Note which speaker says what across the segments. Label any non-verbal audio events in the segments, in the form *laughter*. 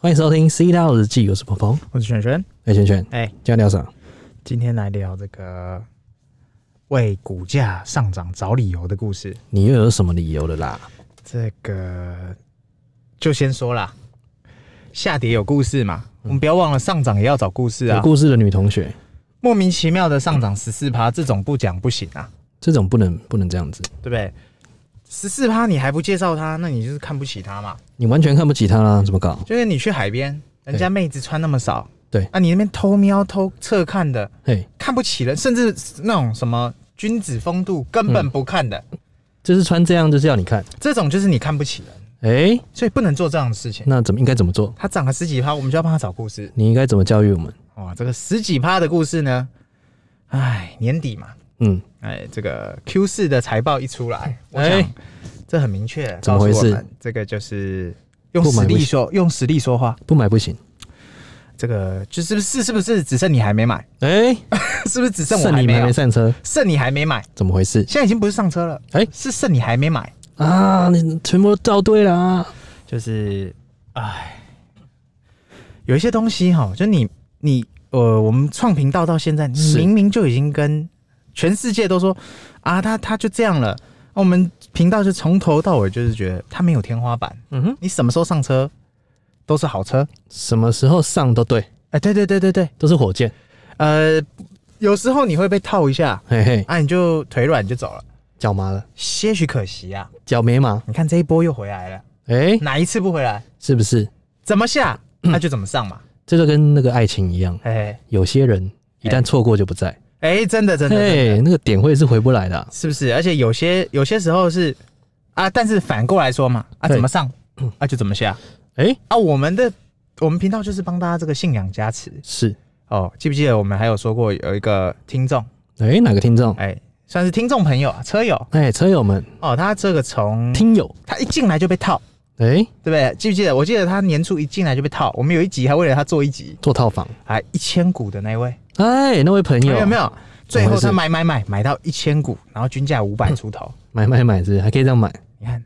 Speaker 1: 欢迎收听《C 道日记》，我是鹏鹏，
Speaker 2: 我是璇璇。
Speaker 1: 哎，圈圈，
Speaker 2: 哎、
Speaker 1: 今天聊啥？
Speaker 2: 今天来聊这个为股价上涨找理由的故事。
Speaker 1: 你又有什么理由了啦？
Speaker 2: 这个就先说啦，下跌有故事嘛，我们不要忘了上涨也要找故事
Speaker 1: 有
Speaker 2: 啊。
Speaker 1: 故事的女同学，
Speaker 2: 莫名其妙的上涨十四趴，这种不讲不行啊，
Speaker 1: 这种不能不能这样子，
Speaker 2: 对不对？十四趴你还不介绍他，那你就是看不起他嘛。
Speaker 1: 你完全看不起她啦，怎么搞？
Speaker 2: 就是你去海边，人家妹子穿那么少，
Speaker 1: 对
Speaker 2: 啊，你那边偷瞄偷侧看的，
Speaker 1: 嘿，
Speaker 2: 看不起人，甚至那种什么君子风度根本不看的，
Speaker 1: 就是穿这样就是要你看，
Speaker 2: 这种就是你看不起人。
Speaker 1: 哎、
Speaker 2: 所以不能做这样的事情。
Speaker 1: 那怎么应该怎么做？
Speaker 2: 它涨了十几趴，我们就要帮他找故事。
Speaker 1: 你应该怎么教育我们？
Speaker 2: 哇，这个十几趴的故事呢，哎，年底嘛，
Speaker 1: 嗯，
Speaker 2: 哎，这个 Q 四的财报一出来，我想、
Speaker 1: 哎
Speaker 2: 这很明确，
Speaker 1: 怎么回事
Speaker 2: 告诉我们？这个就是用
Speaker 1: 不买
Speaker 2: 实
Speaker 1: 不
Speaker 2: 力
Speaker 1: 行
Speaker 2: 说，用实力说话。
Speaker 1: 不买不行，
Speaker 2: 这个就是不是是不是只剩你还没买？ *laughs*
Speaker 1: 哎、
Speaker 2: 是不是只剩啊我
Speaker 1: 剩
Speaker 2: 还
Speaker 1: 你
Speaker 2: 没
Speaker 1: 还
Speaker 2: 有
Speaker 1: 没？上车，
Speaker 2: 剩你还没买？
Speaker 1: 怎么回事
Speaker 2: 现在已经不是上车了，
Speaker 1: 哎
Speaker 2: 是剩你还没买，
Speaker 1: 啊？你全部都照对了啊，
Speaker 2: 就是哎，有一些东西哈，就你你呃，我们创频道到现在，你
Speaker 1: 是
Speaker 2: 明明就已经跟全世界都说啊，他他就这样了。我们频道就从头到尾就是觉得他没有天花板，
Speaker 1: 嗯哼，
Speaker 2: 你什么时候上车都是好车。
Speaker 1: 什么时候上都对，
Speaker 2: 哎、对对对对对，
Speaker 1: 都是火箭，
Speaker 2: 呃，有时候你会被套一下，
Speaker 1: 嘿嘿，
Speaker 2: 啊，你就腿软你就走了，
Speaker 1: 脚麻了，
Speaker 2: 些许可惜啊。
Speaker 1: 脚没麻，
Speaker 2: 你看这一波又回来了，
Speaker 1: 哎、
Speaker 2: 哪一次不回来？
Speaker 1: 是不是？
Speaker 2: 怎么下那就怎么上嘛。
Speaker 1: 这就跟那个爱情一样，
Speaker 2: 哎、
Speaker 1: 有些人一旦错过就不在。
Speaker 2: 哎、真的真的真的
Speaker 1: 嘿，那个点会是回不来的啊、
Speaker 2: 是不是？而且有些有些时候是啊，但是反过来说嘛，啊
Speaker 1: 对
Speaker 2: 怎
Speaker 1: *clears throat*
Speaker 2: 么上啊就怎么下
Speaker 1: 哎、
Speaker 2: 啊。我们的我们频道就是帮大家这个信仰加持
Speaker 1: 是，
Speaker 2: 哦。记不记得我们还有说过有一个听众，
Speaker 1: 哎、哪个听众？
Speaker 2: 哎、算是听众朋友啊，车友
Speaker 1: 哎、车友们、
Speaker 2: 哦。他这个从
Speaker 1: 听友，
Speaker 2: 他一进来就被套，
Speaker 1: 哎、
Speaker 2: 对不对？记不记得？我记得他年初一进来就被套，我们有一集还为了他做一集，
Speaker 1: 做套房，
Speaker 2: 还一千股的那一位，啊
Speaker 1: 哎、那位朋友，
Speaker 2: 有没有？最
Speaker 1: 怎么
Speaker 2: 后他
Speaker 1: 回事
Speaker 2: 买买买买到一千股，然后均价五百出头。
Speaker 1: *clears throat* 买买买是不是还可以这样买，
Speaker 2: 你看，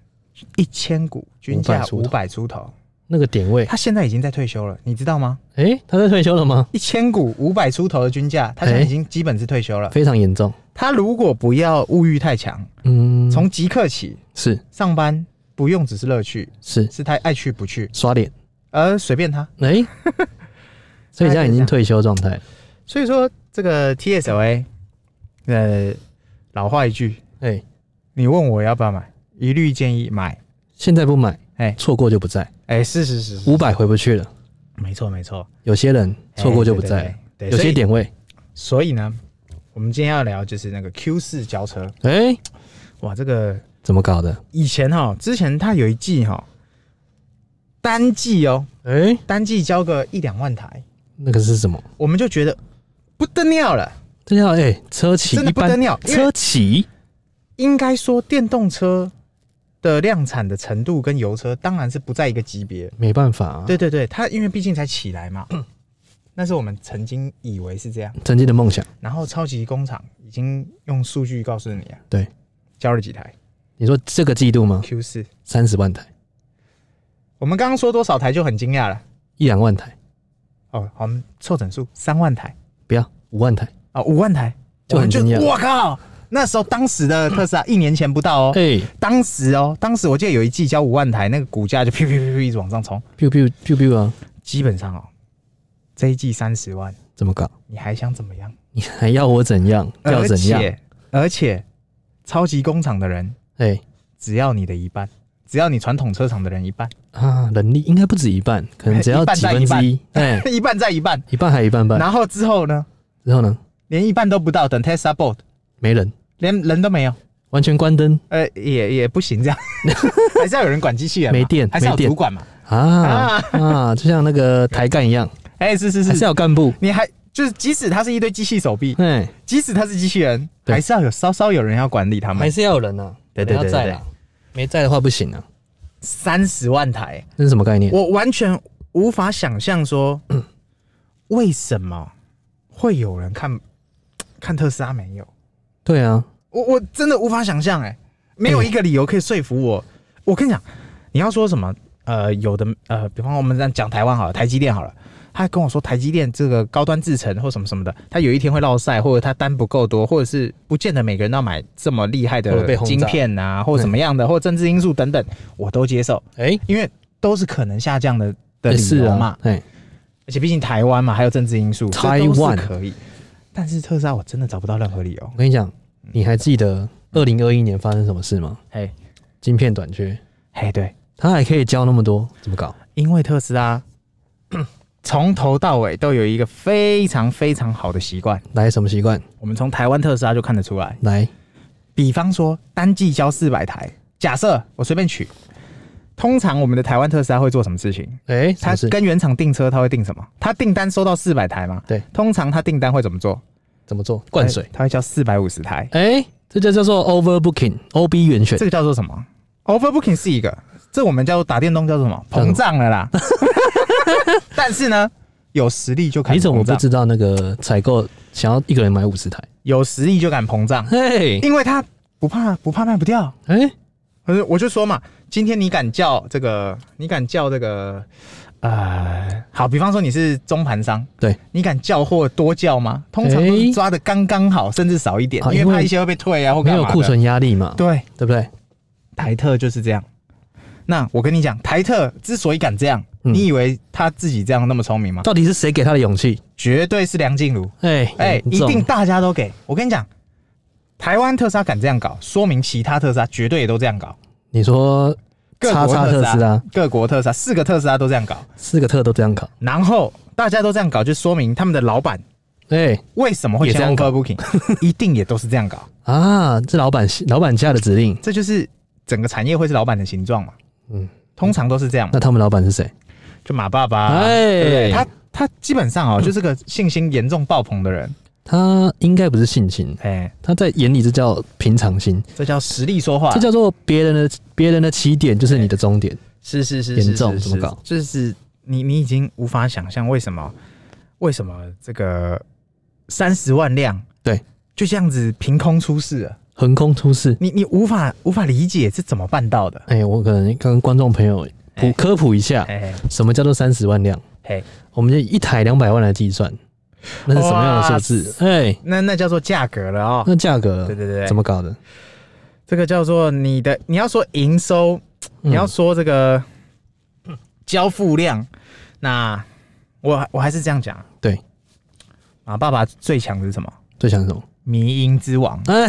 Speaker 2: 一千股均价
Speaker 1: 500出
Speaker 2: 五
Speaker 1: 头
Speaker 2: 百出头，
Speaker 1: 那个点位，
Speaker 2: 哎他现在已经在退休了，你知道吗？
Speaker 1: 哎、他在退休了吗？
Speaker 2: 一千股五百出头的均
Speaker 1: 哎
Speaker 2: 价，他现在已经基本是退休了。
Speaker 1: 非常严重，
Speaker 2: 他如果不要物欲太强，
Speaker 1: 嗯，
Speaker 2: 从即刻起
Speaker 1: 是
Speaker 2: 上班不用只是乐趣，
Speaker 1: 是
Speaker 2: 是他爱去不去，
Speaker 1: 刷脸，
Speaker 2: 而随便他。
Speaker 1: 哎、
Speaker 2: *laughs*
Speaker 1: 所以现在已经退休状态了，
Speaker 2: 所以说这个 TSOA，呃，老话一句，
Speaker 1: 哎、
Speaker 2: 你问我要不要买，一律建议买。
Speaker 1: 现在不买，
Speaker 2: 哎
Speaker 1: 错过就不在，
Speaker 2: 哎，是是是是，
Speaker 1: 五百回不去了，
Speaker 2: 没错没错，
Speaker 1: 有些人错过就不
Speaker 2: 哎
Speaker 1: 在了，
Speaker 2: 对对对对
Speaker 1: 有
Speaker 2: 所
Speaker 1: 些
Speaker 2: 以
Speaker 1: 点位，
Speaker 2: 所以呢，我们今天要聊就是那个 Q 四交车，
Speaker 1: 哎、
Speaker 2: 哇，这个
Speaker 1: 怎么搞的？
Speaker 2: 以前哈，之前他有一季哈，单季哦，
Speaker 1: 哎、
Speaker 2: 单季交个一两万台，
Speaker 1: 那个是什么？
Speaker 2: 我们就觉得不得了了。
Speaker 1: 这叫哎、车企
Speaker 2: 真的
Speaker 1: 一
Speaker 2: 不
Speaker 1: 般
Speaker 2: 得了因为
Speaker 1: 车企
Speaker 2: 应该说，电动车的量产的程度跟油车当然是不在一个级别。
Speaker 1: 没办法、啊，
Speaker 2: 对对对，它因为毕竟才起来嘛， *coughs* 那是我们曾经以为是这样。
Speaker 1: 曾经的梦想。
Speaker 2: 然后超级工厂已经用数据告诉你啊，
Speaker 1: 对，
Speaker 2: 交了几台
Speaker 1: 你说这个季度吗？
Speaker 2: Q 四，
Speaker 1: 三十万台，
Speaker 2: 我们刚刚说多少台就很惊讶了。
Speaker 1: 一两万台，
Speaker 2: 哦，好，我们凑整数三万台。
Speaker 1: 不要五万台。
Speaker 2: 啊，五万台，
Speaker 1: 就很
Speaker 2: 我
Speaker 1: 惊
Speaker 2: 们
Speaker 1: 讶
Speaker 2: 我靠！那时候当时的特斯拉一年前不到哦，
Speaker 1: 哎、
Speaker 2: 当时哦，当时我记得有一季交五万台，那个股价就噗噗噗噗一直往上冲，
Speaker 1: biu biu biu biu 啊，
Speaker 2: 基本上哦，这一季三十万，
Speaker 1: 怎么搞？
Speaker 2: 你还想怎么样？
Speaker 1: 你还要我怎样？要怎样
Speaker 2: 呃而？且而且，超级工厂的人
Speaker 1: 哎、
Speaker 2: 只要你的一半，只要你传统车厂的人一半，
Speaker 1: 啊，人力应该不止一半，可能只要
Speaker 2: *laughs* 一半
Speaker 1: 几
Speaker 2: 再
Speaker 1: 分之一。哎、
Speaker 2: 一半再一半，
Speaker 1: 一半还一半半。
Speaker 2: *laughs* 然后之后呢，
Speaker 1: 然后呢？
Speaker 2: 连一半都不到，等 Tesla b o a r d
Speaker 1: 没人，
Speaker 2: 连人都没有，
Speaker 1: 完全关灯
Speaker 2: 呃，也也不行这样，还是要有人管机器人嘛，
Speaker 1: 没电
Speaker 2: 还是要
Speaker 1: 没
Speaker 2: 有
Speaker 1: 电
Speaker 2: 主管嘛，
Speaker 1: 啊
Speaker 2: 啊
Speaker 1: *laughs* 啊就像那个抬杠一样，
Speaker 2: 哎、是 *laughs* 是
Speaker 1: 还
Speaker 2: 是
Speaker 1: 是，要有干部。
Speaker 2: 你还就是，即使他是一堆机器手 *laughs* 臂，
Speaker 1: 哎、
Speaker 2: 即使他是机器人，
Speaker 1: 对
Speaker 2: 还是要有稍稍有人要管理他
Speaker 1: 还
Speaker 2: 们。
Speaker 1: 是要有人啊，
Speaker 2: 嗯对对
Speaker 1: 人
Speaker 2: 对
Speaker 1: 要在啦，没在的话不行啊。
Speaker 2: 三十万台，
Speaker 1: 这是什么概念？
Speaker 2: 我完全无法想象说，为什么会有人看看特斯拉没有？
Speaker 1: 对啊，
Speaker 2: 我我欸真的无法想象，哎，没有一个理由可以说服我。我跟你讲，你要说什么呃有的呃，比方我们这样讲台湾好了，台积电好了，他跟我说台积电这个高端制程或什么什么的，他有一天会落赛，或者他单不够多，或者是不见得每个人都要买这么厉害
Speaker 1: 或者被
Speaker 2: 的
Speaker 1: 轰炸嗯
Speaker 2: 晶片啊，或者怎么样的，或者政治因素等等，我都接受，
Speaker 1: 哎，
Speaker 2: 因为都是可能下降的的
Speaker 1: 也
Speaker 2: 理
Speaker 1: 是
Speaker 2: 由
Speaker 1: 啊
Speaker 2: 嘛。，
Speaker 1: 哎，
Speaker 2: 而且毕竟台湾嘛，还有政治因素，这都是
Speaker 1: Taiwan
Speaker 2: 可以。但是特斯拉我真的找不到任何理由
Speaker 1: 我。跟你讲，
Speaker 2: 嗯
Speaker 1: 你还记得二零二一年发生什么事吗？
Speaker 2: 嘿，
Speaker 1: 晶片短缺，
Speaker 2: 嘿，对，
Speaker 1: 它还可以交那么多，怎么搞？
Speaker 2: 因为特斯拉从头到尾都有一个非常非常好的习惯，
Speaker 1: 来什么习惯？
Speaker 2: 我们从台湾特斯拉就看得出来。
Speaker 1: 来，
Speaker 2: 比方说单季交四百台，假设我随便取，通常我们的台湾特斯拉会做什么事情？
Speaker 1: 哎，
Speaker 2: 他
Speaker 1: 它是
Speaker 2: 跟原厂订车，他会订什么？他订单收到四百台嘛？
Speaker 1: 对，
Speaker 2: 通常他订单会怎么做？
Speaker 1: 怎么做？
Speaker 2: 哎
Speaker 1: 灌水。
Speaker 2: 他会叫四百五十台。
Speaker 1: 哎，这就叫做 overbooking，O B 原选
Speaker 2: 这。个叫做什么？Overbooking 是一个，这我们叫做打电动叫做什么？
Speaker 1: 叫什么
Speaker 2: 膨胀了啦。 *laughs* 但是呢，有实力就敢
Speaker 1: 你怎么
Speaker 2: 膨
Speaker 1: 不
Speaker 2: 胀，
Speaker 1: 知道那个采购想要一个人买五十台？
Speaker 2: 有实力就敢膨胀，
Speaker 1: 嘿，
Speaker 2: 因为他不怕不怕卖不掉。
Speaker 1: 哎，
Speaker 2: 可是我就说嘛，今天你敢叫这个，你敢叫这个，呃，好，比方说你是中盘商，
Speaker 1: 对，
Speaker 2: 你敢叫货多叫吗？通常都
Speaker 1: 哎
Speaker 2: 是抓的刚刚好，甚至少一点，
Speaker 1: 啊
Speaker 2: 哎因为
Speaker 1: 因为
Speaker 2: 怕一些会被退啊或
Speaker 1: 没
Speaker 2: 干嘛
Speaker 1: 有
Speaker 2: 的
Speaker 1: 库。存压力嘛，
Speaker 2: 对，
Speaker 1: 对不对？
Speaker 2: 台特就是这样。那我跟你讲，台特之所以敢这样，
Speaker 1: 嗯
Speaker 2: 你以为他自己这样那么聪明吗？
Speaker 1: 到底是谁给他的勇气？
Speaker 2: 绝对是梁静茹，
Speaker 1: 哎
Speaker 2: 哎、
Speaker 1: 你
Speaker 2: 一
Speaker 1: 中
Speaker 2: 定大家都给。我跟你讲，台湾特斯拉敢这样搞，说明其他特斯拉绝对也都这样搞。
Speaker 1: 你说
Speaker 2: 各
Speaker 1: 叉
Speaker 2: 国
Speaker 1: 叉特
Speaker 2: 特
Speaker 1: 斯拉，
Speaker 2: 各国特斯拉，四个特斯拉都这样搞，
Speaker 1: 四个特都这样搞，
Speaker 2: 然后大家都这样搞，就说明他们的老板
Speaker 1: 哎
Speaker 2: 为什么会
Speaker 1: 也这
Speaker 2: 签
Speaker 1: 样搞
Speaker 2: overbooking，一
Speaker 1: *laughs*
Speaker 2: 定也都是这样搞。
Speaker 1: 啊，这老板老板下的指令，
Speaker 2: 这就是整个产业会是老板的形状嘛，
Speaker 1: 嗯，
Speaker 2: 通常都是这样嘛。
Speaker 1: 那他们老板是谁？
Speaker 2: 就马爸爸，
Speaker 1: 哎
Speaker 2: 对不对他他基本上哦，就是个信心严重爆棚的人，
Speaker 1: 他应该不是性情，
Speaker 2: 哎，
Speaker 1: 他在眼里这叫平常心，
Speaker 2: 这叫实力说话，
Speaker 1: 这叫做别人的别人的起点就是你的终点，
Speaker 2: 是是是
Speaker 1: 严重
Speaker 2: 是是
Speaker 1: 怎么搞
Speaker 2: 就是你你已经无法想象为什么为什么这个三十万辆
Speaker 1: 对
Speaker 2: 就这样子凭空出世了，
Speaker 1: 横空出世。
Speaker 2: 你你无法无法理解是怎么办到的，
Speaker 1: 哎、我可能跟观众朋友普
Speaker 2: 哎
Speaker 1: 科普一下，
Speaker 2: 哎
Speaker 1: 什么叫做三十万辆？
Speaker 2: 哎，
Speaker 1: 我们就一台两百万来计算，那是什么样的设置？哎、
Speaker 2: 那那叫做价格了哦，
Speaker 1: 那价格
Speaker 2: 对对对，
Speaker 1: 怎么搞的？
Speaker 2: 这个叫做你的，你要说营收，
Speaker 1: 嗯
Speaker 2: 你要说这个交付量，那我我还是这样讲
Speaker 1: 对，
Speaker 2: 啊。爸爸最强的是什么？
Speaker 1: 最想什么？
Speaker 2: 迷音之王
Speaker 1: 哎、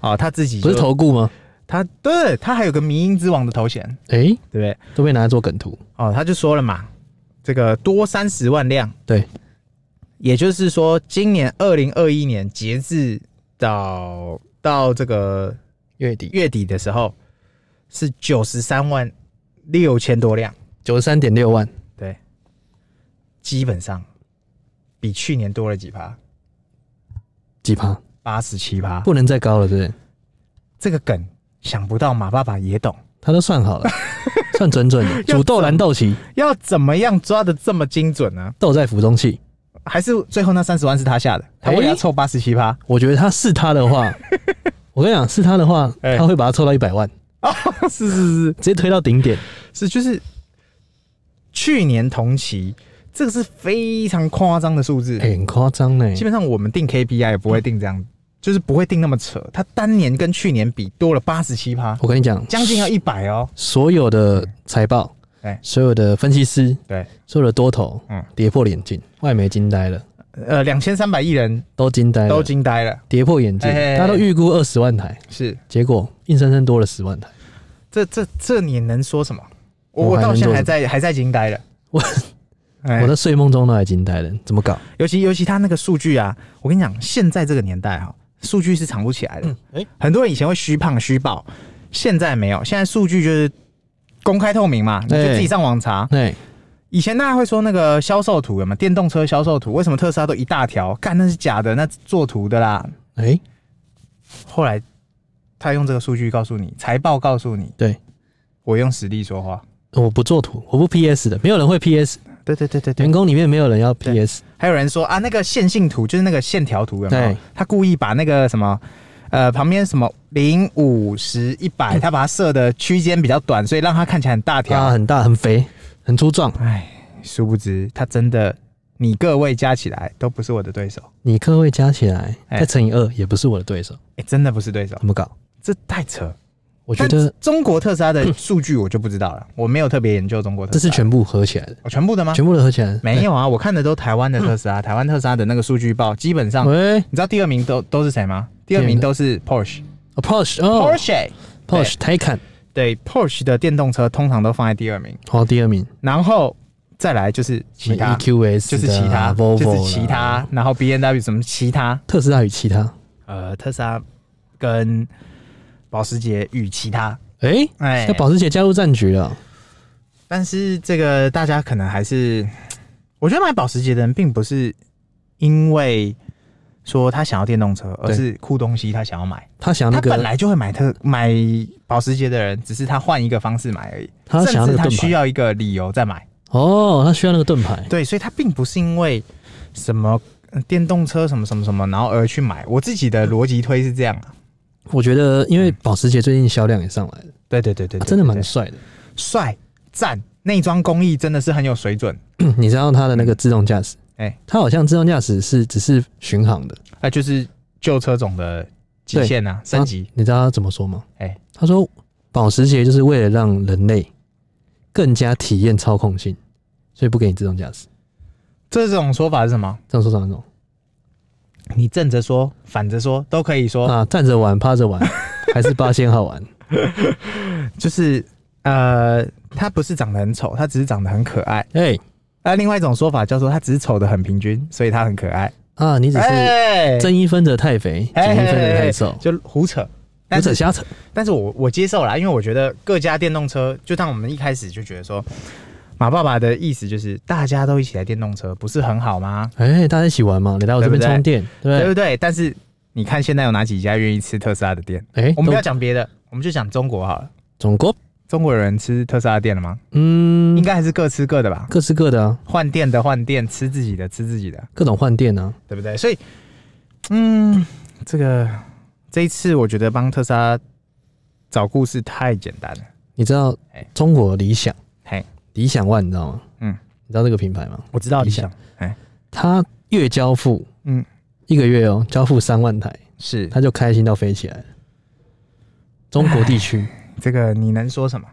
Speaker 2: 哦，他自己
Speaker 1: 不
Speaker 2: 就是
Speaker 1: 投顾吗？
Speaker 2: 他，对他还有个迷音之王的头衔，
Speaker 1: 哎、
Speaker 2: 对不对？
Speaker 1: 都被拿来做梗图。
Speaker 2: 哦，他就说了嘛，这个多三十万辆，
Speaker 1: 对，
Speaker 2: 也就是说，今年二零二一年截至到到这个
Speaker 1: 月底
Speaker 2: 月底的时候是九十三万六千多辆，
Speaker 1: 九十三点六万，
Speaker 2: 对，基本上比去年多了几趴，
Speaker 1: 几趴？
Speaker 2: 八十七趴。
Speaker 1: 不能再高了，对不对？
Speaker 2: 这个梗想不到马爸爸也懂，
Speaker 1: 他都算
Speaker 2: *laughs*
Speaker 1: 好了，算准准的。煮豆燃豆萁，
Speaker 2: 要怎么样抓的这么精准呢？
Speaker 1: 豆在釜中泣。
Speaker 2: 还是最后那三十万是他下的，他为了要凑八十七趴，
Speaker 1: 我觉得他是他的
Speaker 2: *laughs*
Speaker 1: 话，我跟你讲，是他的话，
Speaker 2: 哎
Speaker 1: 他会把它凑到一百万，
Speaker 2: 是是是
Speaker 1: 直接推到顶点。
Speaker 2: 是，就是去年同期，这个是非常夸张的数字。
Speaker 1: 哎、很夸张呢。
Speaker 2: 基本上我们定 KPI 也不
Speaker 1: 嗯
Speaker 2: 会定这样，就是不会定那么扯。它单年跟去年比多了八十七趴，
Speaker 1: 我跟你讲，
Speaker 2: 将近要一百哦。
Speaker 1: 所有的财报，
Speaker 2: 哎
Speaker 1: 所有的分析师，
Speaker 2: 对，
Speaker 1: 所有的多头，
Speaker 2: 嗯
Speaker 1: 跌破眼镜，外媒惊呆了，
Speaker 2: 呃，两千三百亿人
Speaker 1: 都惊呆了，
Speaker 2: 都惊呆了，
Speaker 1: 跌破眼镜，
Speaker 2: 哎哎哎
Speaker 1: 大家都预估二十万台，
Speaker 2: 是
Speaker 1: 结果硬生生多了十万台。
Speaker 2: 这这这你能说什么？我
Speaker 1: 我
Speaker 2: 我
Speaker 1: 还能
Speaker 2: 到现
Speaker 1: 做
Speaker 2: 在
Speaker 1: 什
Speaker 2: 还
Speaker 1: 么
Speaker 2: 在还在惊呆了。
Speaker 1: 我
Speaker 2: 哎
Speaker 1: 我在睡梦中都还惊呆了，怎么搞？
Speaker 2: 尤其尤其他那个数据啊，我跟你讲，现在这个年代哈、数据是藏不起来的。
Speaker 1: 哎
Speaker 2: 很多人以前会虚胖虚报，现在没有，现在数据就是公开透明嘛，你就
Speaker 1: 哎
Speaker 2: 自己上网查。
Speaker 1: 哎，
Speaker 2: 以前大家会说那个销售图有没有？电动车销售图，为什么特斯拉都一大条？干那是假的，那是做图的啦。
Speaker 1: 哎，
Speaker 2: 后来他用这个数据告诉你，财报告诉你，
Speaker 1: 对，
Speaker 2: 我用实力说话。
Speaker 1: 我不做图，我不 PS 的，没有人会 PS，
Speaker 2: 对对对对
Speaker 1: 员
Speaker 2: 对。
Speaker 1: 工里面没有人要 PS，
Speaker 2: 还有人说啊，那个线性图就是那个线条图有没有
Speaker 1: 对？
Speaker 2: 他故意把那个什么呃旁边什么零五十一 *laughs* 百，他把它设的区间比较短，所以让它看起来很大
Speaker 1: 它
Speaker 2: 条。
Speaker 1: 很大很肥很粗壮，
Speaker 2: 哎，殊不知他真的，你各位加起来都不是我的对手，
Speaker 1: 你各位加起来
Speaker 2: 哎
Speaker 1: 再乘以二，也不是我的对手，
Speaker 2: 哎、真的不是对手，
Speaker 1: 怎么搞？
Speaker 2: 这太扯。
Speaker 1: 我觉得
Speaker 2: 但中国特斯拉的数据我就不知道了，我没有特别研究中国特
Speaker 1: 这
Speaker 2: 斯
Speaker 1: 是
Speaker 2: 拉。
Speaker 1: 全部合起来的，
Speaker 2: 哦全部的吗？
Speaker 1: 全部的合起来。
Speaker 2: 没有啊，我看的都台湾的特斯
Speaker 1: *laughs*
Speaker 2: 拉，台湾特斯拉的那个数据报基本上，
Speaker 1: 喂
Speaker 2: 你知道第二名都都是谁吗？第二名都是 Porsche。
Speaker 1: ，Approach 哦
Speaker 2: Porsche，
Speaker 1: ，Approach Taycan，
Speaker 2: 对 Porsche 的电动车通常都放在第二名，
Speaker 1: 好，第二名，
Speaker 2: 然后再来就是其
Speaker 1: E
Speaker 2: 他，
Speaker 1: EQS，
Speaker 2: 就是其他，
Speaker 1: 啊 Volvo，
Speaker 2: 就是其
Speaker 1: 啦
Speaker 2: 他，然后 B N W 什么其他，
Speaker 1: 特斯拉与其他。
Speaker 2: 呃，特斯拉跟保时捷与其他，
Speaker 1: 哎，
Speaker 2: 哎
Speaker 1: 那，保时捷加入战局了，
Speaker 2: 但是这个大家可能还是，我觉得买保时捷的人并不是因为说他想要电动车，而
Speaker 1: 对
Speaker 2: 是酷东西他想要买，
Speaker 1: 他想
Speaker 2: 他
Speaker 1: 要那
Speaker 2: 本
Speaker 1: 个，
Speaker 2: 来就会买特买保时捷的人，只是他换一个方式买而已，
Speaker 1: 他想
Speaker 2: 甚
Speaker 1: 要
Speaker 2: 至
Speaker 1: 那个
Speaker 2: 他
Speaker 1: 盾
Speaker 2: 需
Speaker 1: 牌。
Speaker 2: 要一个理由再买。
Speaker 1: 哦，他需要那个盾牌。
Speaker 2: 对，所以他并不是因为什么呃电动车什么什么什么，然后而去买。我自己的逻辑推是这样啊。
Speaker 1: 我觉得，因为保时捷最近销量也上来了，
Speaker 2: 对对对嗯对
Speaker 1: 他真的
Speaker 2: 对
Speaker 1: 蛮
Speaker 2: 对
Speaker 1: 帅的。
Speaker 2: 帅赞，内装工艺真的是很有水准。
Speaker 1: 你知道它的那个自动驾驶？
Speaker 2: 哎
Speaker 1: 它好像自动驾驶是只是巡航的
Speaker 2: 那就是旧车种的极限啊，升级
Speaker 1: 啊。你知道他怎么说吗？
Speaker 2: 哎
Speaker 1: 他说保时捷就是为了让人类更加体验操控性，所以不给你自动驾驶。
Speaker 2: 这种说法是什么？
Speaker 1: 这样说怎么弄？
Speaker 2: 你正着说，反着说都可以说，
Speaker 1: 啊，站着玩，趴着
Speaker 2: *laughs*
Speaker 1: 玩，还是八仙好玩？
Speaker 2: 就是呃，它不是长得很丑，它只是长得很可爱。
Speaker 1: 哎、
Speaker 2: 那另外一种说法叫做它只是丑的很平均，所以它很可爱。
Speaker 1: 啊，你只是
Speaker 2: 哎
Speaker 1: 增一分者太肥，减、
Speaker 2: 哎
Speaker 1: 一分者太瘦，
Speaker 2: 就胡扯，
Speaker 1: 胡
Speaker 2: 但是
Speaker 1: 扯瞎扯。
Speaker 2: 但是我我接受啦，因为我觉得各家电动车，就当我们一开始就觉得说，马爸爸的意思就是大家都一起来电动车，不是很好吗？
Speaker 1: 哎、大家一起玩嘛，你来我这边充电，对
Speaker 2: 对
Speaker 1: 不
Speaker 2: 不
Speaker 1: 对？
Speaker 2: 对？但是你看现在有哪几家愿意吃特斯拉的店？
Speaker 1: 哎、
Speaker 2: 我们不要
Speaker 1: 都
Speaker 2: 讲别的，我们就讲中国好了。
Speaker 1: 中国，
Speaker 2: 中国有人吃特斯拉的店了吗？应
Speaker 1: 嗯，
Speaker 2: 该还是各吃各的吧。
Speaker 1: 各吃各的啊，
Speaker 2: 换电的换电，吃自己的吃自己的，
Speaker 1: 各种换电啊。
Speaker 2: 对不对？所以，嗯，这个这一次我觉得帮特斯拉找故事太简单了。
Speaker 1: 你知道
Speaker 2: 哎
Speaker 1: 中国理想，
Speaker 2: 嘿，
Speaker 1: 理想 ONE 你知道吗？
Speaker 2: 嗯，
Speaker 1: 你知道这个品牌吗？
Speaker 2: 我知道
Speaker 1: 理
Speaker 2: 理
Speaker 1: 想
Speaker 2: 想，哎，
Speaker 1: 它月交付，
Speaker 2: 嗯，
Speaker 1: 一个月哦，交付三万台，
Speaker 2: 是
Speaker 1: 它就开心到飞起来了。中国地区，
Speaker 2: 这个你能说什么？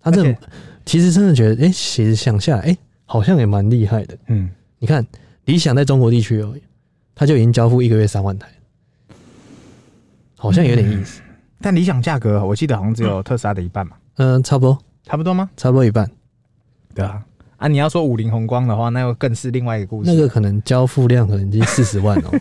Speaker 1: 它这
Speaker 2: *laughs* 而且
Speaker 1: 其实真的觉得，哎、其实想下来，哎、好像也蛮厉害的。
Speaker 2: 嗯，
Speaker 1: 你看，理想在中国地区哦，它就已经交付一个月三万台，好像有点意思。
Speaker 2: 但理想价格我记得好像只有特斯拉的一半嘛，
Speaker 1: 嗯、差不多，
Speaker 2: 差不多吗？
Speaker 1: 差不多一半。
Speaker 2: 对啊，啊，你要说五菱宏光的话，那又更是另外一个故事。
Speaker 1: 那个可能交付量可能已经四十
Speaker 2: *laughs*
Speaker 1: 万哦，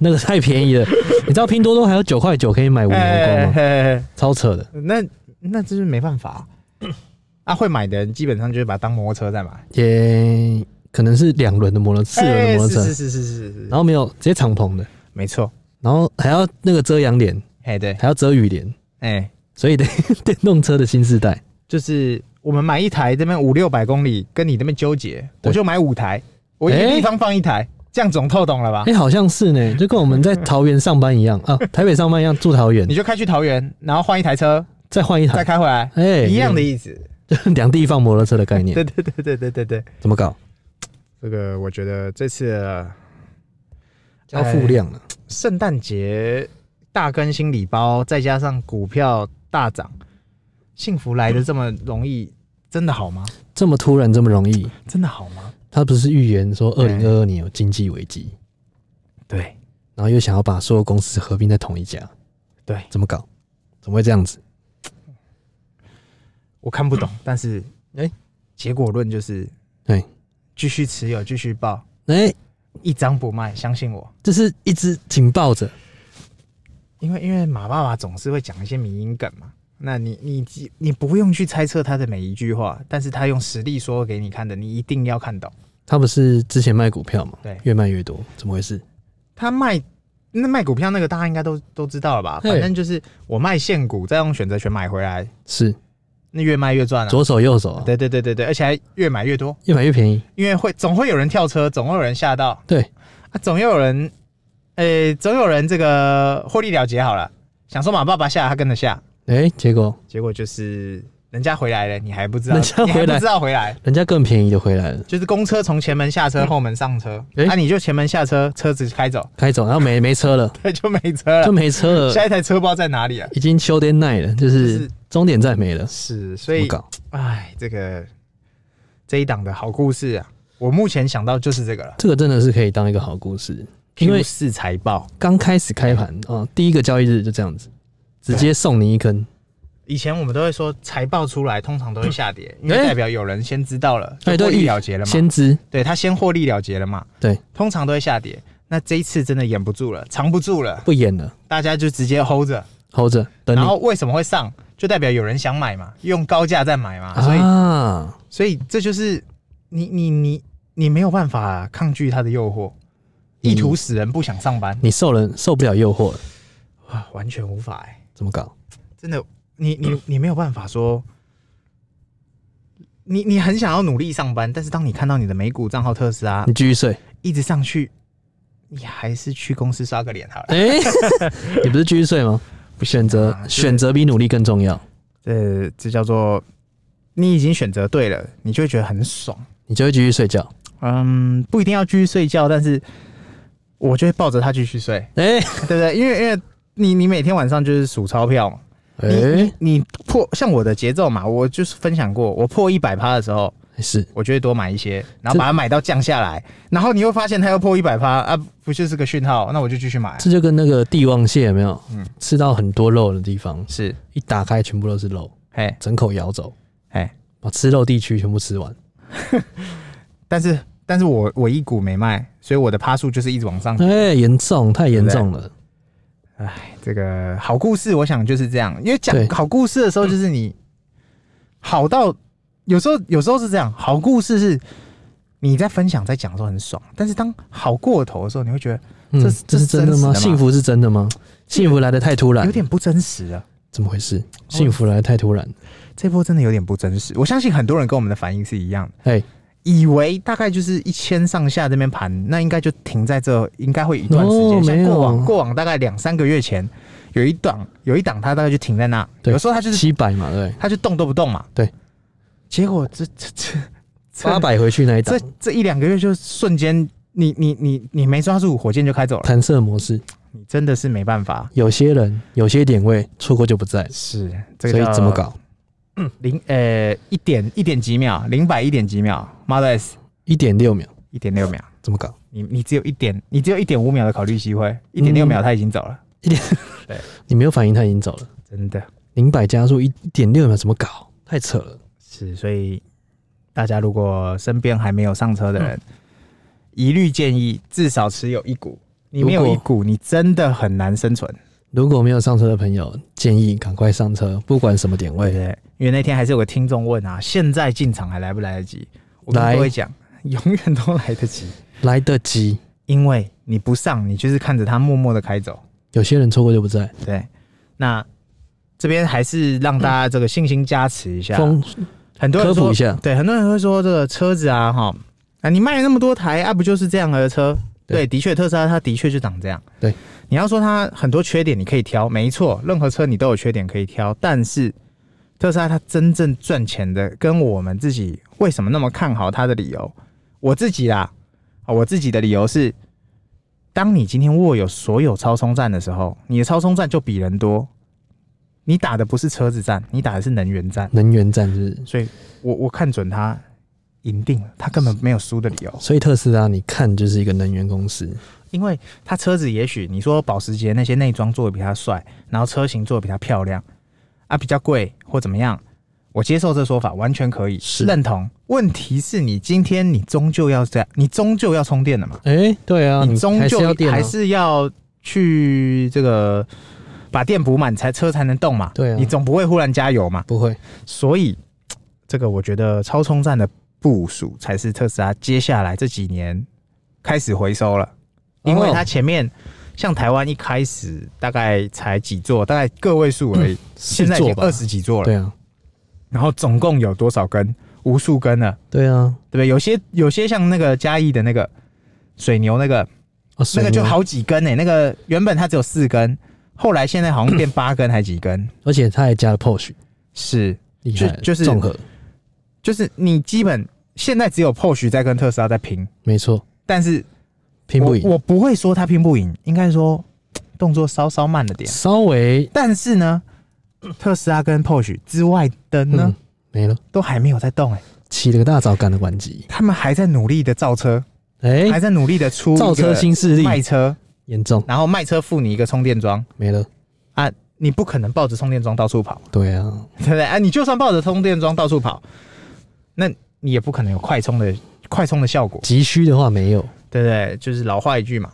Speaker 1: 那个太便宜了。你知道拼多多还有九块九可以买五菱宏光
Speaker 2: 哎
Speaker 1: 吗？
Speaker 2: 嘿嘿
Speaker 1: 超扯的，
Speaker 2: 嘿那那这是没办法啊。 *clears throat* 啊会买的人基本上就是把它当摩托车在买，
Speaker 1: 也可能是两轮的摩托车，四轮的摩托
Speaker 2: 哎
Speaker 1: 车
Speaker 2: 是，是是是是是，
Speaker 1: 然后没有直接敞篷的，
Speaker 2: 没错，
Speaker 1: 然后还要那个遮阳帘，
Speaker 2: 哎对，
Speaker 1: 还要遮雨帘，
Speaker 2: 哎，
Speaker 1: 所以得 *laughs* 电动车的新时代，
Speaker 2: 就是我们买一台这边五六百公里，跟你这边纠结，
Speaker 1: 对
Speaker 2: 我就买五台，我一个
Speaker 1: 哎
Speaker 2: 地方放一台，这样总透懂了吧
Speaker 1: 哎、？好像是呢，就跟我们在桃园上班一样啊，台北上班一样，住桃园
Speaker 2: 你就开去桃园，然后换一台车，
Speaker 1: 再换一
Speaker 2: 再
Speaker 1: 台，
Speaker 2: 开回来，
Speaker 1: 哎、
Speaker 2: 一样的，意思。
Speaker 1: 两地放摩托车的概念
Speaker 2: 对对对对对对对，
Speaker 1: 怎么搞？
Speaker 2: 这个我觉得这次的
Speaker 1: 交
Speaker 2: 哎
Speaker 1: 付量啊了，
Speaker 2: 圣诞节大更新礼包，再加上股票大涨，幸福来的这么容易，真的好吗？
Speaker 1: 这么突然这么容易，
Speaker 2: 真的好吗？
Speaker 1: 他不是预言说二
Speaker 2: 哎
Speaker 1: 零二二年有经济危机，
Speaker 2: 对
Speaker 1: 然后又想要把所有公司合并在同一家，
Speaker 2: 对，
Speaker 1: 怎么搞？怎么会这样子？
Speaker 2: 我看不 *laughs* 懂，但是
Speaker 1: 哎
Speaker 2: 结果论就是
Speaker 1: 对，
Speaker 2: 继续持有，继续报，
Speaker 1: 哎、
Speaker 2: 一张不卖，相信我。
Speaker 1: 这是一直紧抱着，
Speaker 2: 因为因为马爸爸总是会讲一些迷因梗嘛，那你你你不用去猜测他的每一句话，但是他用实力说给你看的，你一定要看懂。
Speaker 1: 他不是之前卖股票嘛，
Speaker 2: 对
Speaker 1: 越卖越多，怎么回事？
Speaker 2: 他卖那卖股票那个大家应该都都知道了吧？
Speaker 1: 对
Speaker 2: 反正就是我卖现股，再用选择权买回来，
Speaker 1: 是
Speaker 2: 那越卖越赚了、
Speaker 1: 左手右手啊，
Speaker 2: 对对对对对，而且还越买越多，
Speaker 1: 越买越便宜，
Speaker 2: 因为会总会有人跳车，总会有人吓到，
Speaker 1: 对
Speaker 2: 啊，总又有人哎、呃，总有人这个获利了结好了，想说马爸爸下他跟着下，
Speaker 1: 哎、结果
Speaker 2: 结果就是人家回来了，你还不知道，
Speaker 1: 人家
Speaker 2: 你还
Speaker 1: 回
Speaker 2: 不
Speaker 1: 来
Speaker 2: 知道回来，
Speaker 1: 人家更便宜的回来了，
Speaker 2: 就是公车从前门下车，后门上车，那、
Speaker 1: 嗯诶
Speaker 2: 你就前门下车，车子开走， *laughs*
Speaker 1: 开走，然后没没车了，
Speaker 2: 对，就没车
Speaker 1: 就
Speaker 2: 了。
Speaker 1: 没车了，
Speaker 2: 下一台车不知道在哪里啊？
Speaker 1: 已经秋天奈了，就
Speaker 2: 就是
Speaker 1: 终点站没了，
Speaker 2: 是，所
Speaker 1: 怎么
Speaker 2: 以
Speaker 1: 搞？
Speaker 2: 哎，这个这一档的好故事啊，我目前想到就是这个了。
Speaker 1: 这个真的是可以当一个好故事，因为
Speaker 2: 是财报，
Speaker 1: 刚开始开盘啊、第一个交易日就这样子，直接送你一根，
Speaker 2: 以前我们都会说财报出来通常都会下跌，因为
Speaker 1: 哎
Speaker 2: 代表有人先知道了，
Speaker 1: 哎
Speaker 2: 就获
Speaker 1: 对
Speaker 2: 利了结了嘛，
Speaker 1: 先知，
Speaker 2: 对他先获利了结了嘛，
Speaker 1: 对，
Speaker 2: 通常都会下跌。那这一次真的演不住了，藏不住了，
Speaker 1: 不演了，
Speaker 2: 大家就直接 hold 着。
Speaker 1: hold 着等
Speaker 2: 然
Speaker 1: 你
Speaker 2: 后为什么会上？就代表有人想买嘛，用高价再买嘛，所以、
Speaker 1: 啊，
Speaker 2: 所以这就是你你你你没有办法抗拒他的诱惑，
Speaker 1: 你
Speaker 2: 意图使人不想上班，
Speaker 1: 你受人受不了诱惑了，
Speaker 2: 啊，完全无法哎、
Speaker 1: 怎么搞？
Speaker 2: 真的，你 *coughs* 你你没有办法说，你你很想要努力上班，但是当你看到你的美股账号特斯拉
Speaker 1: 你继续
Speaker 2: *laughs*
Speaker 1: 睡，
Speaker 2: 一直上去，你还是去公司刷个脸好了。
Speaker 1: 哎、你不是继续睡吗？选择
Speaker 2: 啊就是
Speaker 1: 选择比努力更重要，
Speaker 2: 这这叫做你已经选择对了，你就会觉得很爽。
Speaker 1: 你就会继续睡觉。
Speaker 2: 嗯，不一定要继续睡觉，但是我就会抱着它继续睡，
Speaker 1: 哎、
Speaker 2: *laughs* 对不对？因为因为你你每天晚上就是数钞票嘛，
Speaker 1: 哎、
Speaker 2: 你你破像我的节奏嘛，我就是分享过，我破一百趴的时候，
Speaker 1: 是
Speaker 2: 我就会多买一些，然后把它买到降下来，然后你又发现它又破一百趴啊，不就是个讯号？那我就继续买啊、
Speaker 1: 这就跟那个帝王蟹有没有？
Speaker 2: 嗯
Speaker 1: 吃到很多肉的地方，
Speaker 2: 是，
Speaker 1: 一打开全部都是肉，
Speaker 2: 哎
Speaker 1: 整口咬走，
Speaker 2: 哎，
Speaker 1: 把吃肉地区全部吃完。
Speaker 2: 但是但是我我一股没卖，所以我的趴数就是一直往上。
Speaker 1: 哎、严重，太严重了。
Speaker 2: 这个好故事，我想就是这样，因为讲
Speaker 1: 对
Speaker 2: 好故事的时候，就是你好到有时候有时候是这样，好故事是你在分享在讲的时候很爽，但是当好过头的时候，你会觉得
Speaker 1: 嗯，
Speaker 2: 这是
Speaker 1: 这是真的吗？
Speaker 2: 这是真实的吗
Speaker 1: 幸福是真的吗？幸福来的太突然
Speaker 2: 有，点不真实了。
Speaker 1: 怎么回事？幸福来的太突然。
Speaker 2: 这波真的有点不真实，我相信很多人跟我们的反应是一样的。
Speaker 1: 哎、
Speaker 2: 以为大概就是一千上下这边盘，那应该就停在这，应该会一段时间。
Speaker 1: 哦
Speaker 2: 像
Speaker 1: 没有
Speaker 2: 过往过往大概两三个月前，有一档有一档，它大概就停在那。
Speaker 1: 对
Speaker 2: 有时候它就是
Speaker 1: 七百嘛，对，
Speaker 2: 它就动都不动嘛。
Speaker 1: 对，
Speaker 2: 结果这这这
Speaker 1: 八百回去那一档
Speaker 2: 这，这一两个月就瞬间，你你你你没抓住，火箭就开走了。
Speaker 1: 弹射模式，
Speaker 2: 你真的是没办法。
Speaker 1: 有些人有些点位错过就不在了，
Speaker 2: 是，这
Speaker 1: 所
Speaker 2: 个
Speaker 1: 以
Speaker 2: 叫
Speaker 1: 怎么？搞？
Speaker 2: 零呃一点一点几秒，零百一点几秒，Model S
Speaker 1: 一点六秒
Speaker 2: 一点六秒。
Speaker 1: 怎么搞？
Speaker 2: 你你只有一点，你只有一点五秒的考虑机会，一点六
Speaker 1: 嗯
Speaker 2: 秒他已经走了，
Speaker 1: 你没有反应，他已经走了。
Speaker 2: 真的
Speaker 1: 零百加速一点六秒怎么搞？太扯了。
Speaker 2: 是。所以大家如果身边还没有上车的人，
Speaker 1: 嗯
Speaker 2: 一律建议至少持有一股。你没有
Speaker 1: 如果
Speaker 2: 一股，你真的很难生存，
Speaker 1: 如果没有上车的朋友，建议赶快上车，不管什么点
Speaker 2: 对不
Speaker 1: 位，
Speaker 2: 对？因为那天还是有个听众问啊，现在进场还来不来得及？我跟
Speaker 1: 来
Speaker 2: 各位讲，永远都来
Speaker 1: *laughs*
Speaker 2: 得及，
Speaker 1: 来得及。
Speaker 2: 因为你不上，你就是看着它默默的开走。
Speaker 1: 有些人错过就不在，
Speaker 2: 对，那这边还是让大家这个信心加持一下。
Speaker 1: 风
Speaker 2: 很多人
Speaker 1: 科
Speaker 2: 说
Speaker 1: 普一下，
Speaker 2: 对，很多人会说这个车子啊，哈，啊，你卖了那么多台啊，不就是这样的车？对，
Speaker 1: 对
Speaker 2: 的确，特斯拉它的确就长这样。
Speaker 1: 对，
Speaker 2: 你要说它很多缺点，你可以挑，没错，任何车你都有缺点可以挑，但是特斯拉它真正赚钱的，跟我们自己为什么那么看好它的理由，我自己啦，啊，我自己的理由是，当你今天握有所有超充站的时候，你的超充站就比人多，你打的不是车子站，你打的是能源站。
Speaker 1: 能源战是不是。
Speaker 2: 所以我我看准他赢定了，他根本没有输的理由，
Speaker 1: 所以特斯拉，你看就是一个能源公司，
Speaker 2: 因为他车子也许你说保时捷那些内装做的比他帅，然后车型做的比他漂亮，啊比较贵或怎么样，我接受这说法完全可以
Speaker 1: 是
Speaker 2: 认同。问题是你今天你终究要这样，你终究要充电的嘛，
Speaker 1: 哎、对啊，
Speaker 2: 你终
Speaker 1: 还是
Speaker 2: 究
Speaker 1: 要电、啊，
Speaker 2: 还是要去这个把电补满才车才能动嘛，
Speaker 1: 对啊
Speaker 2: 你总不会忽然加油嘛，
Speaker 1: 不会
Speaker 2: 所以这个我觉得超充站的部署才是特斯拉接下来这几年开始回收了，因为它
Speaker 1: 哦
Speaker 2: 前面像台湾一开始大概才几座，大概个位数而已，现
Speaker 1: 是
Speaker 2: 在已经
Speaker 1: 嗯做吧
Speaker 2: 二，十几座了。
Speaker 1: 对啊，
Speaker 2: 然后总共有多少根？无数根了，
Speaker 1: 对啊，
Speaker 2: 对不对？有些有些像那个嘉义的那个水牛那个，
Speaker 1: 哦，水
Speaker 2: 那个就
Speaker 1: 牛，
Speaker 2: 好几根欸呢、那个原本它只有四根，后来现在好像变八根还几根，
Speaker 1: 而且它还加了 POSH，
Speaker 2: 是
Speaker 1: 厉害了，
Speaker 2: 就就是
Speaker 1: 综合，
Speaker 2: 就是你基本现在只有 Porsche 在跟特斯拉在拼，
Speaker 1: 没错，
Speaker 2: 但是
Speaker 1: 拼不赢
Speaker 2: 我，我不会说它拼不赢，应该说嘖动作稍稍慢了点。
Speaker 1: 稍微
Speaker 2: 但是
Speaker 1: *clears throat*
Speaker 2: 呢，特斯拉跟 Porsche 之外的呢，
Speaker 1: 嗯没了，
Speaker 2: 都还没有在动哎、
Speaker 1: 起了个大早赶了晚集，
Speaker 2: 他们还在努力的造车，
Speaker 1: 哎、
Speaker 2: 还在努力的出
Speaker 1: 造车新势力
Speaker 2: 卖车，
Speaker 1: 严重
Speaker 2: 然后卖车付你一个充电桩
Speaker 1: 没了，
Speaker 2: 啊，你不可能抱着充电桩到处跑， *laughs*
Speaker 1: 对啊，
Speaker 2: 对不对啊？你就算抱着充电桩到处跑，那你也不可能有快充的快充的效果，
Speaker 1: 急需的话没有，
Speaker 2: 对不对？就是老话一句嘛，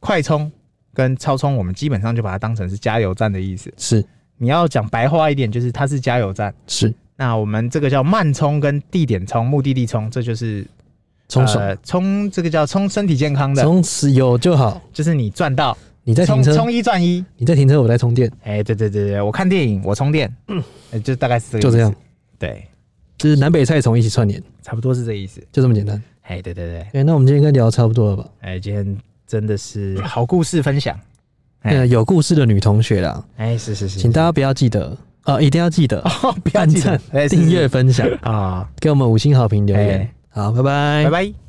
Speaker 2: 快充跟超充，我们基本上就把它当成是加油站的意思。
Speaker 1: 是
Speaker 2: 你要讲白话一点，就是它是加油站。
Speaker 1: 是
Speaker 2: 那我们这个叫慢充跟地点充、目的地充，这就是
Speaker 1: 冲爽，
Speaker 2: 呃充这个叫充身体健康的，
Speaker 1: 从、此有就好，
Speaker 2: 就是你赚到
Speaker 1: 你在停
Speaker 2: 充
Speaker 1: 车，
Speaker 2: 充一赚一。
Speaker 1: 你在停车，我在充电，
Speaker 2: 哎，对对对对，我看电影，我充电，嗯，就大概是这个，
Speaker 1: 就这样，，
Speaker 2: 对，
Speaker 1: 就是南北菜虫一起串联，
Speaker 2: 差不多是这意思。
Speaker 1: 就这么简单。
Speaker 2: 哎，对对对，
Speaker 1: 哎、那我们今天应该聊得差不多了吧？
Speaker 2: 哎，今天真的是好故事分享。哎
Speaker 1: 呃，有故事的女同学啦，
Speaker 2: 哎，是是是，
Speaker 1: 请大家不要记得，呃，一定要记得
Speaker 2: 哦，不要
Speaker 1: 按
Speaker 2: 记得
Speaker 1: 赞
Speaker 2: 哎、是是
Speaker 1: 订阅、分享，
Speaker 2: 啊，
Speaker 1: 给我们五星好评留言。好，拜拜
Speaker 2: 拜。拜。